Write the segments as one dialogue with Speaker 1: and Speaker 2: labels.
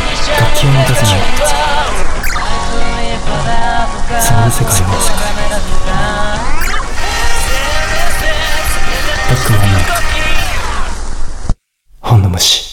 Speaker 1: を満たせないそんな世界をバックマンの本の虫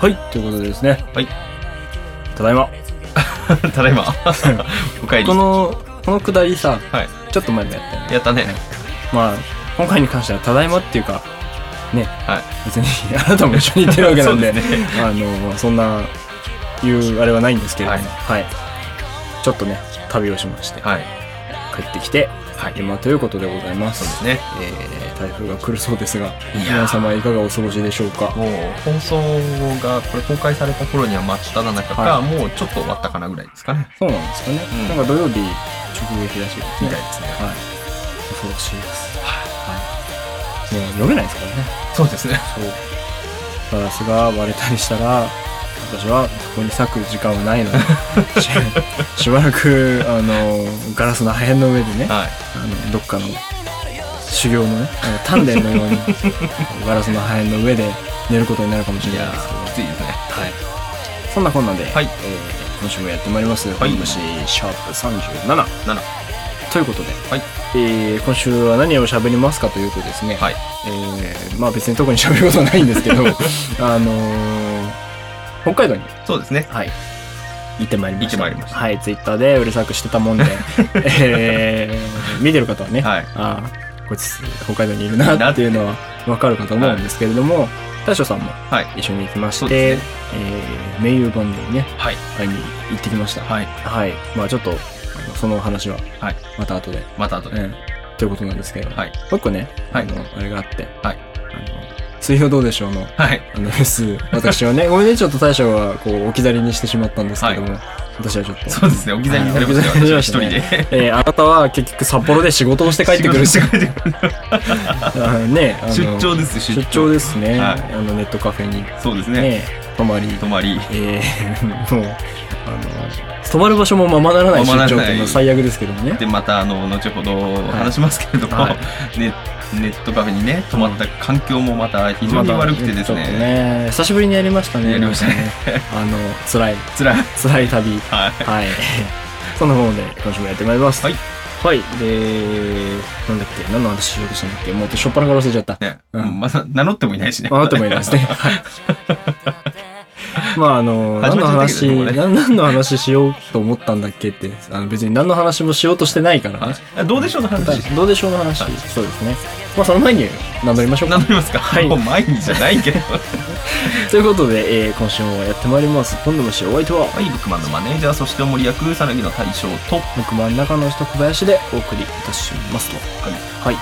Speaker 2: はい、ということでですね。
Speaker 3: はい。
Speaker 2: ただいま。
Speaker 3: ただいまおかえり
Speaker 2: この、このくだりさ、
Speaker 3: はい
Speaker 2: ちょっと前もやったよね。
Speaker 3: やったね
Speaker 2: まあ、今回に関しては、ただいまっていうか、ね、
Speaker 3: はい
Speaker 2: 別に、 あなたも一緒に行ってるわけなんで、
Speaker 3: そうですね
Speaker 2: あの、まあそんな、いうあれはないんですけれども、はい。ちょっとね、旅をしまして、
Speaker 3: はい
Speaker 2: 帰ってきて、
Speaker 3: はい
Speaker 2: 今ということでございま。
Speaker 3: そうですすね
Speaker 2: えー、台風が来るそうですが、
Speaker 3: いやー
Speaker 2: 皆様いかがお過ごしでしょうか。
Speaker 3: もう放送がこれ公開された頃には真っ只中か、
Speaker 2: は
Speaker 3: もうちょっと終わったかなぐらいですかね
Speaker 2: そうなんですかね。
Speaker 3: うん
Speaker 2: なんか土曜日、直撃らしいです
Speaker 3: み
Speaker 2: ね
Speaker 3: たい。ですね、
Speaker 2: はい。恐ろしいです。はい。もう読めないですからね。
Speaker 3: そうですね
Speaker 2: そう。ガラスが割れたりしたら、私はそこに割く時間はない ので、ししばらく、あの、ガラスの破片の上でね、あ
Speaker 3: はい
Speaker 2: の、どっかの修行のね、あの鍛錬のよう に、ガラスの破片の上で寝ることになるかもし
Speaker 3: い
Speaker 2: れない
Speaker 3: や
Speaker 2: ですけど
Speaker 3: ー、きついですね
Speaker 2: はい。そんなこんなんで、
Speaker 3: はい
Speaker 2: えー今週もやってまいります。
Speaker 3: はい
Speaker 2: 本虫シャープ37。
Speaker 3: 7
Speaker 2: ということで、
Speaker 3: はい
Speaker 2: えー今週は何を喋りますかというとですね、
Speaker 3: はい
Speaker 2: えーまあ別に特に喋ることはないんです けど、あのー北海道に、
Speaker 3: そうですね
Speaker 2: はい、行ってまいりました。
Speaker 3: 行ってまいりました
Speaker 2: はい、ツイッターでうるさくしてた もんで、えー見てる方はね、
Speaker 3: はい
Speaker 2: ああ、こいつ北海道にいるなっていうのはわかるかと思うんですけれども、大将さんも
Speaker 3: はい
Speaker 2: 一緒に行きまし
Speaker 3: そう
Speaker 2: て、
Speaker 3: ですね
Speaker 2: えー、名優番組ね、
Speaker 3: はい
Speaker 2: 会いに行ってきました。
Speaker 3: はい
Speaker 2: はい。まあちょっと、あのその話は
Speaker 3: はい、
Speaker 2: また後で。
Speaker 3: また後で、
Speaker 2: ええということなんですけど、
Speaker 3: はい
Speaker 2: もう一個ね、
Speaker 3: はい
Speaker 2: あの、あれがあって、
Speaker 3: はい
Speaker 2: あの、水曜どうでしょうの、
Speaker 3: はい
Speaker 2: あの、フェス、 私はね、ごめんね、ちょっと大将は、こう、置き去りにしてしまったんですけども、私はちょっと。
Speaker 3: そうですね置き去りにされましたよ
Speaker 2: はい
Speaker 3: 私
Speaker 2: 置
Speaker 3: は一
Speaker 2: き去
Speaker 3: 人
Speaker 2: りに
Speaker 3: で
Speaker 2: しえーあなたは結局札幌で仕事をして帰ってくる
Speaker 3: 仕事して帰ってくる
Speaker 2: あのね、あの
Speaker 3: 出張です
Speaker 2: 出張ですね、
Speaker 3: はい
Speaker 2: あの、ネットカフェに、ね、
Speaker 3: そうですね
Speaker 2: 泊まり、
Speaker 3: 泊まり
Speaker 2: えー、 もう、あの、泊まる場所もままならない出
Speaker 3: まま
Speaker 2: 張
Speaker 3: な
Speaker 2: っ
Speaker 3: ら
Speaker 2: て
Speaker 3: ない
Speaker 2: いうのは最悪ですけどもね。
Speaker 3: でまたあの後ほど話しますけれども、
Speaker 2: はいは
Speaker 3: ねネットカフェにね泊まった環境もまた非常に悪くてです
Speaker 2: まだちょっと
Speaker 3: ね,、
Speaker 2: ね久しぶりにやりましたね
Speaker 3: やりましたね
Speaker 2: なんかねあの辛い
Speaker 3: 辛い
Speaker 2: 辛い旅
Speaker 3: はい
Speaker 2: はい そんなもので今週もやってまいります
Speaker 3: はい、
Speaker 2: はい、でなんだっけ何の話しようとしたんだっけもうしょっぱなから忘れちゃった
Speaker 3: ね、
Speaker 2: うん
Speaker 3: もうまだ名乗ってもいないしね
Speaker 2: まあ、なんとも言いますね。 はいまああの、何
Speaker 3: 始ま
Speaker 2: の
Speaker 3: っちゃった
Speaker 2: 話、
Speaker 3: けどねこれ
Speaker 2: 何何の話しようと思ったんだっけって、あの別に何の話もしようとしてないからね。
Speaker 3: あどうでしょうの話
Speaker 2: どうでしょうの話、そうですね。まあその前に名乗りましょうか
Speaker 3: 名乗。りますか、
Speaker 2: はい
Speaker 3: もう毎日じゃない けどは
Speaker 2: ということで、えー今週もやってまいります。今度もしお相手はい
Speaker 3: ブックマンのマネージャーそしてお森役さなぎの大将と
Speaker 2: 僕真ん中の人小林でお送りいたしますとはい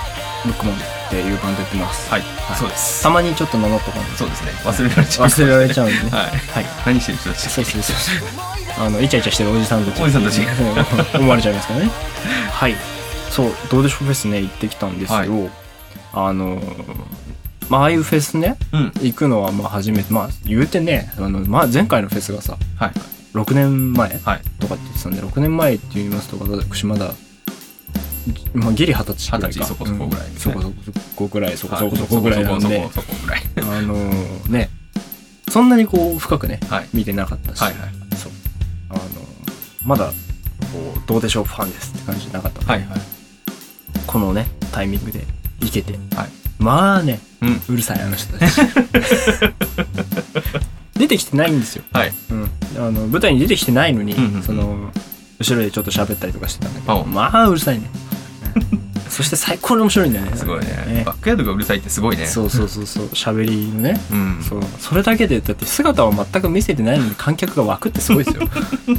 Speaker 2: 僕もっていう感じでやってます
Speaker 3: はい、
Speaker 2: い
Speaker 3: そうです
Speaker 2: たまにちょっと名乗っとかない
Speaker 3: そうですね忘れられちゃう
Speaker 2: 忘れられちゃうんでね
Speaker 3: はい、
Speaker 2: はい
Speaker 3: 何してる人たち
Speaker 2: そうそうそうあのイチャイチャしてるおじさんたち
Speaker 3: おじさんたち
Speaker 2: 思われちゃいますからねはいそうどうでしょうフェスね行ってきたんですよ、
Speaker 3: はい
Speaker 2: あのまあああいうフェスね
Speaker 3: うん
Speaker 2: 行くのはまあ初めてまあ言うてねあの、まあ、前回のフェスがさ
Speaker 3: はい
Speaker 2: 6年前
Speaker 3: はい
Speaker 2: とかって言ってたんで6年前って言いますと私まだ、まあ、ギリ二十歳ぐらいか
Speaker 3: 二十歳そこそこぐらいです
Speaker 2: そ
Speaker 3: ね
Speaker 2: こそこぐらいそこそこそこぐらいなんで
Speaker 3: そこそこそこそこぐらい
Speaker 2: あのーねそんなにこう深くね
Speaker 3: はい
Speaker 2: 見てなかったし、
Speaker 3: はいはい
Speaker 2: そうあのーまだこうどうでしょうファンですって感じじゃなかった、
Speaker 3: はいはい
Speaker 2: このねタイミングで行けて、
Speaker 3: はい
Speaker 2: まあね
Speaker 3: うん
Speaker 2: うるさいあの人たち出てきてないんですよ
Speaker 3: はい
Speaker 2: うん、あの舞台に出てきてないのに、
Speaker 3: うんうんうん
Speaker 2: その後ろでちょっと喋ったりとかしてたんだけ
Speaker 3: あ
Speaker 2: どまあうるさ いねうんそして最高に面白いんだよね
Speaker 3: すごいね
Speaker 2: ね
Speaker 3: バックヤードがうるさいってすごいね
Speaker 2: そうそうそうそう喋りのね
Speaker 3: うん
Speaker 2: そうそれだけでだって姿を全く見せてないのに観客が湧くってすごい ですよ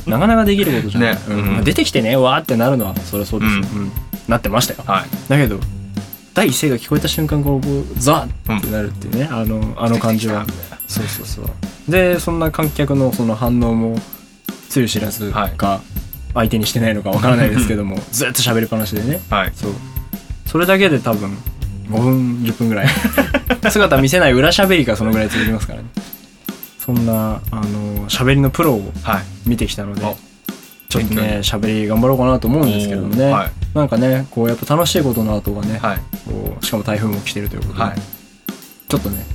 Speaker 2: なかなかできることじゃない、
Speaker 3: ね
Speaker 2: うん
Speaker 3: うん
Speaker 2: まあ出てきてねわーってなるのはそりゃそうですよ、
Speaker 3: う
Speaker 2: うんなってましたよ
Speaker 3: はい
Speaker 2: だけど第一声が聞こえた瞬間こうこうザーってなるっていうね、あのあの感じはそうそうそうでそんな観客のその反応もつゆ知らずか相手にしてないのかわからないですけどもずっと喋りっぱなしでね
Speaker 3: はい。
Speaker 2: そうそれだけで多分5分10分ぐらい 姿見せない裏喋りがそのぐらい続きますからねそんなあの喋りのプロを
Speaker 3: はい。
Speaker 2: 見てきたので
Speaker 3: あ
Speaker 2: ちょっと
Speaker 3: 勉強
Speaker 2: ね喋り頑張ろうかなと思うんですけどもね、
Speaker 3: おーはい。
Speaker 2: なんかねこうやっぱ楽しいことの後がね、
Speaker 3: はい。
Speaker 2: こうしかも台風も来てるということで、
Speaker 3: はい。
Speaker 2: ちょっとね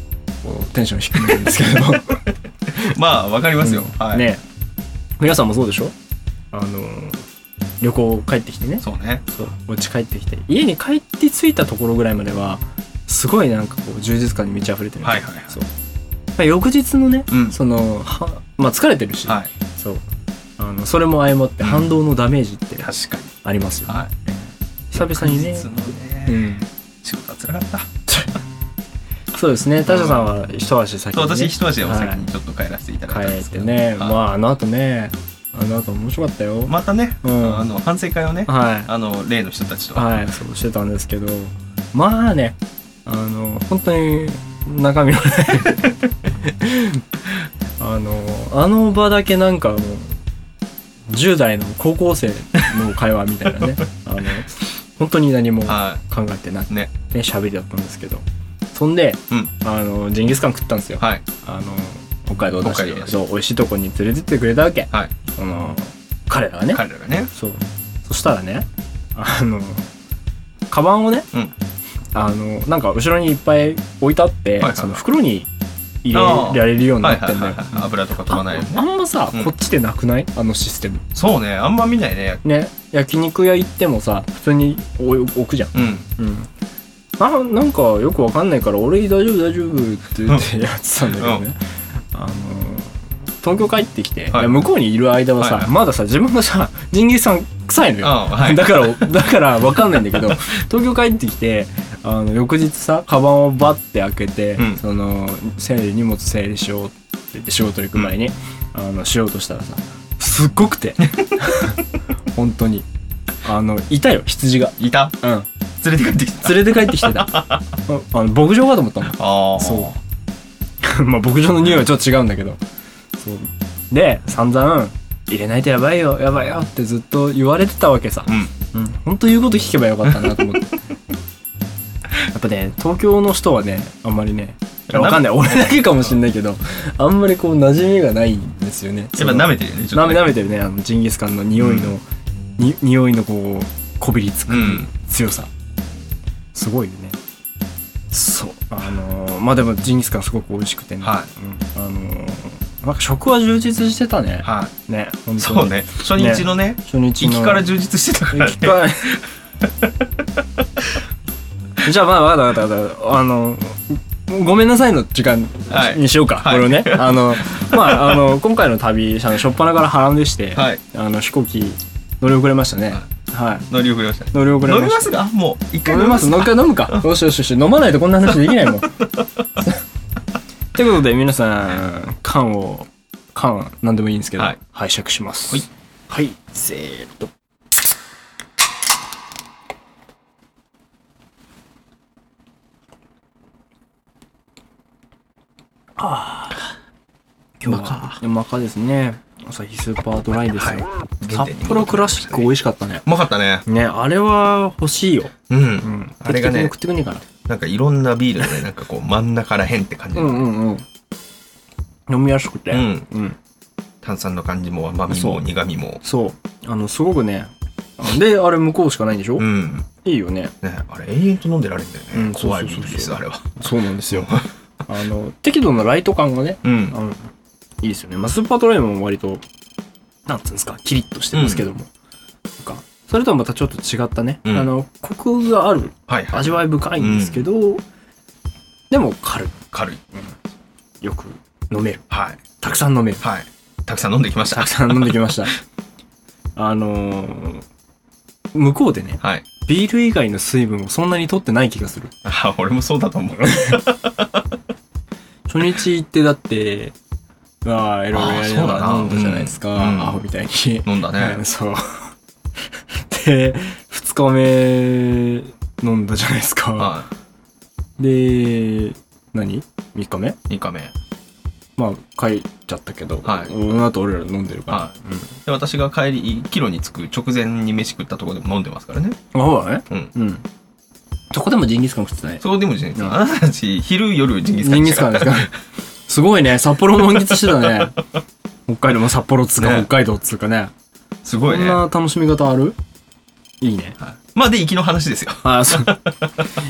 Speaker 2: こうテンション低めなんですけ ども
Speaker 3: まあ、わかりますよ。
Speaker 2: うん
Speaker 3: はい。。
Speaker 2: ね皆さんもそうでしょあの旅行帰ってきてね
Speaker 3: そうね。
Speaker 2: そうお家帰ってきて家に帰って着いたところぐらいまではすごいなんかこう充実感に満ち溢れてる、
Speaker 3: はいはいはい
Speaker 2: そう、まあ、翌日のね、
Speaker 3: うん
Speaker 2: そのはまあ疲れてるし、
Speaker 3: はい。
Speaker 2: そうあのそれも相まって反動のダメージって
Speaker 3: 確かに。
Speaker 2: ありますよ、
Speaker 3: はい。
Speaker 2: 久々にね
Speaker 3: 翌日のね
Speaker 2: うん、
Speaker 3: 仕事は辛かった。
Speaker 2: そうですね田社さんは一足先
Speaker 3: そう、
Speaker 2: に、ね、
Speaker 3: 私、一足でお
Speaker 2: は
Speaker 3: 先
Speaker 2: い
Speaker 3: にちょっと帰らせていただいたん
Speaker 2: 帰
Speaker 3: で
Speaker 2: っ
Speaker 3: す
Speaker 2: て
Speaker 3: けど。
Speaker 2: ね
Speaker 3: は
Speaker 2: ま
Speaker 3: い
Speaker 2: ああの後ねあの後面白かったよ、
Speaker 3: またね、
Speaker 2: うん
Speaker 3: あの、反省会をね、
Speaker 2: はい
Speaker 3: あの、例の人たちと。
Speaker 2: はい、そうしてたんですけど、まあね、あの、本当に中身はね、 あの、あの場だけなんかもう、10代の高校生の会話みたい なね、あの、本当に何も考
Speaker 3: は
Speaker 2: えてなく
Speaker 3: い。
Speaker 2: て
Speaker 3: ね。
Speaker 2: ね、喋りだったんですけど、そんで、
Speaker 3: うん。
Speaker 2: あの、ジンギスカン食ったんですよ。
Speaker 3: はい。
Speaker 2: あの、北海道だし
Speaker 3: 北海道だし
Speaker 2: そう、美味しいとこに連れてってくれたわけ。
Speaker 3: はい。
Speaker 2: その、彼らがね。
Speaker 3: 彼らがね。
Speaker 2: そうそしたらね あのカバンをね、
Speaker 3: うん
Speaker 2: あのなんか後ろにいっぱい置いてあって、
Speaker 3: いはいはい
Speaker 2: その袋に入れられるように
Speaker 3: は
Speaker 2: ないって
Speaker 3: はい
Speaker 2: んだ
Speaker 3: は
Speaker 2: よ
Speaker 3: いはい。油とか飛ばないよ
Speaker 2: ああ
Speaker 3: ね。
Speaker 2: んまさ、
Speaker 3: うん
Speaker 2: こっちでなくないあのシステム
Speaker 3: そうね。あんま見ないね。
Speaker 2: ね焼肉屋行ってもさ普通に置い置くじゃん
Speaker 3: うん。
Speaker 2: うんあなんかよくわかんないから俺大丈夫大丈夫って言ってやってたんだけどね、あの東京帰ってきて、
Speaker 3: はい
Speaker 2: いや向こうにいる間はさ、
Speaker 3: はいはい
Speaker 2: まださ自分がさジンギスカン臭いのよ、
Speaker 3: あはい
Speaker 2: だからだからわかんないんだけ ど東京帰ってきてあの翌日さカバンをバッて開けて、
Speaker 3: うん
Speaker 2: その整理荷物整理しようって言って仕事行く前に、あのしようとしたらさすっごく て本当にあのいたよ羊が
Speaker 3: いた
Speaker 2: うん
Speaker 3: 連れて帰ってきた。
Speaker 2: 連れて帰ってきてた ああの牧場かと思ったの
Speaker 3: ああ。
Speaker 2: そう まあ牧場の匂いはちょっと違うんだけどそうで散々「入れないとやばいよやばいよ」ってずっと言われてたわけさ
Speaker 3: う。うん。
Speaker 2: うん本当言うこと聞けばよかったな と思ってやっぱね東京の人はねあんまりねいやわかんない俺だけかもしんないけどあんまりこう馴染みがないんですよね
Speaker 3: やっぱ舐めてるよね、ちょ
Speaker 2: な
Speaker 3: っと
Speaker 2: め
Speaker 3: ね。
Speaker 2: なめてるねあのジンギスカンの匂いの、に匂いのこうこびりつく
Speaker 3: うん
Speaker 2: 強さ、すごいよねそうあのーまあでもジンギスカンすごく美味しくてね、
Speaker 3: は
Speaker 2: うんあのーなんか食は充実してたね、
Speaker 3: は
Speaker 2: ね本当
Speaker 3: い。
Speaker 2: に
Speaker 3: そうね。初日のね、
Speaker 2: 初日
Speaker 3: 行
Speaker 2: の
Speaker 3: きから充実してたから
Speaker 2: 行き
Speaker 3: ね。
Speaker 2: から じゃあまあわかったわかったわかったあのごめんなさいの時間
Speaker 3: はい
Speaker 2: にしようか、
Speaker 3: はい
Speaker 2: これをねあのまああの今回の旅あの初っ端から波乱でして、
Speaker 3: はい。
Speaker 2: あの飛行機乗り遅れましたね。はい。
Speaker 3: 乗り遅れました。
Speaker 2: 乗り遅れ
Speaker 3: 飲み
Speaker 2: ま
Speaker 3: ま
Speaker 2: し
Speaker 3: すかもう、一
Speaker 2: た。
Speaker 3: 回
Speaker 2: 飲みます。
Speaker 3: か
Speaker 2: もう一回飲むか。よしよしよし。飲まないとこんな話できないもん。ということで皆さん、缶を、缶、なんでもいいんですけど、
Speaker 3: はい
Speaker 2: 拝借します。
Speaker 3: はい。
Speaker 2: はい。せーの。ああ。今日は、マカですね。朝日スーパードライですよ。
Speaker 3: 原
Speaker 2: 札
Speaker 3: 点に
Speaker 2: 幌クラシック美味しかったね。
Speaker 3: うまかったね。
Speaker 2: ね、あれは欲しいよ。
Speaker 3: う。
Speaker 2: うんん。
Speaker 3: あれがね
Speaker 2: 定期的に食ってくんね
Speaker 3: なんかいろんなビールのね、なんかこう真ん中らへんって感
Speaker 2: え
Speaker 3: じ
Speaker 2: かな。うん
Speaker 3: の
Speaker 2: うんうん。飲みやすくて。
Speaker 3: うん
Speaker 2: うん。
Speaker 3: 炭酸の感じも甘み
Speaker 2: そ
Speaker 3: も
Speaker 2: う
Speaker 3: 苦みも。
Speaker 2: そう。あの、すごくね。あで、あれ向こうしかないんでしょ
Speaker 3: うん。ね、
Speaker 2: いいよね。
Speaker 3: あれ永遠と飲んでられるんだよね。
Speaker 2: うん
Speaker 3: 怖い
Speaker 2: そうそうそう
Speaker 3: ビー
Speaker 2: そう
Speaker 3: ルです、あれは。
Speaker 2: そうなんですよ。 あの、適度なライト感がね、
Speaker 3: うん。
Speaker 2: うん、いいですよね。まあ、スーパードライも割と、なんつうんですか、キリッとしてますけども。なんかそれとはまたちょっと違ったね。
Speaker 3: うん
Speaker 2: あの、コクがある、
Speaker 3: はいはい。
Speaker 2: 味わい深いんですけど、でも軽い。
Speaker 3: 軽い。
Speaker 2: よく飲める。
Speaker 3: はい。
Speaker 2: たくさん飲める。
Speaker 3: はい。たくさん飲んできましたた
Speaker 2: く。さん飲んできました。あのー向こうでね、
Speaker 3: はい。
Speaker 2: ビール以外の水分をそんなに取ってない気がする。
Speaker 3: あ、俺もそうだと思う。
Speaker 2: 初日行ってだって、まあ、いろいろやりなが
Speaker 3: あ
Speaker 2: ら
Speaker 3: ー
Speaker 2: 飲んだじゃないですか、
Speaker 3: そうだなうんうん
Speaker 2: アホみたいに。
Speaker 3: 飲んだ
Speaker 2: うん
Speaker 3: ね。
Speaker 2: そう。で、二日目飲んだじゃないですか。
Speaker 3: は
Speaker 2: で、何 ?3 日目
Speaker 3: い。2日目。
Speaker 2: まあ、帰ちゃったけど、
Speaker 3: はい
Speaker 2: この後俺ら飲んでるから、
Speaker 3: はいで私が帰り1キロに着く直前に飯食ったとこでも飲んでますからね
Speaker 2: うん、あそうだね
Speaker 3: うん
Speaker 2: うんそこでもジンギスカン食ってない
Speaker 3: そこでもジンギスカ
Speaker 2: う
Speaker 3: ン
Speaker 2: ん
Speaker 3: あなたたち昼夜ジンギスカ
Speaker 2: ジ
Speaker 3: ン
Speaker 2: ン
Speaker 3: で
Speaker 2: ギ
Speaker 3: し
Speaker 2: スカ
Speaker 3: た
Speaker 2: ンですかすごいね札幌も満喫してた ね北海道も札幌っつうか、
Speaker 3: ね
Speaker 2: 北海道っつうかね
Speaker 3: すごい
Speaker 2: こん
Speaker 3: ね、
Speaker 2: な
Speaker 3: は
Speaker 2: 楽しみ方あるいいね
Speaker 3: い、まあで行きの話ですよ
Speaker 2: あ そう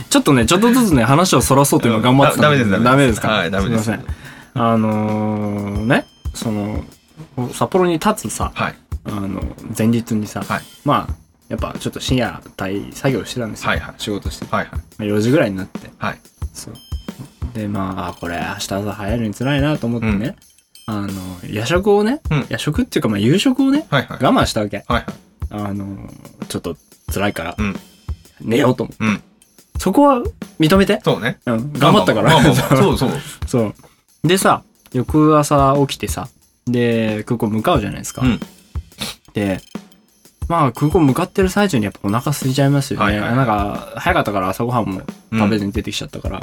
Speaker 2: ちょっとねちょっとずつね話をそらそうと今頑張ってたん
Speaker 3: うんだ
Speaker 2: ダ
Speaker 3: ダ
Speaker 2: メ
Speaker 3: メ
Speaker 2: で
Speaker 3: ですす
Speaker 2: か
Speaker 3: ダメです
Speaker 2: すい
Speaker 3: は
Speaker 2: ま
Speaker 3: いダメです
Speaker 2: せんあのー、ねその札幌に立つさ
Speaker 3: はい
Speaker 2: あの前日にさ、
Speaker 3: はい
Speaker 2: まあやっぱちょっと深夜帯作業してたんですよ、
Speaker 3: はいはい
Speaker 2: 仕事して
Speaker 3: はいはい
Speaker 2: まあ4時ぐらいになって
Speaker 3: はい
Speaker 2: そうでまああこれ明日朝早いのに辛いなと思ってね、あの夜食をね、
Speaker 3: うん
Speaker 2: 夜食っていうかまあ夕食をね
Speaker 3: はいはい
Speaker 2: 我慢したわけ
Speaker 3: はいはい
Speaker 2: あのちょっと辛いから、
Speaker 3: うん
Speaker 2: 寝ようと思って、
Speaker 3: うん
Speaker 2: そこは認めて、
Speaker 3: そうね
Speaker 2: うん、頑張ったから、
Speaker 3: まあまあまあまあ そうそう
Speaker 2: そう。でさ、翌朝起きてさ、で、空港向かうじゃないですか。
Speaker 3: うん
Speaker 2: で、まあ空港向かってる最中にやっぱお腹空いちゃいますよね。
Speaker 3: はいはいはい
Speaker 2: なんか、早かったから朝ごはんも食べずに出てきちゃったから。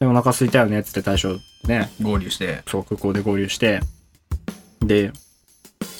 Speaker 2: で、お腹空いたよねっつって大将ね、
Speaker 3: 合流して
Speaker 2: そう空港で合流して、で、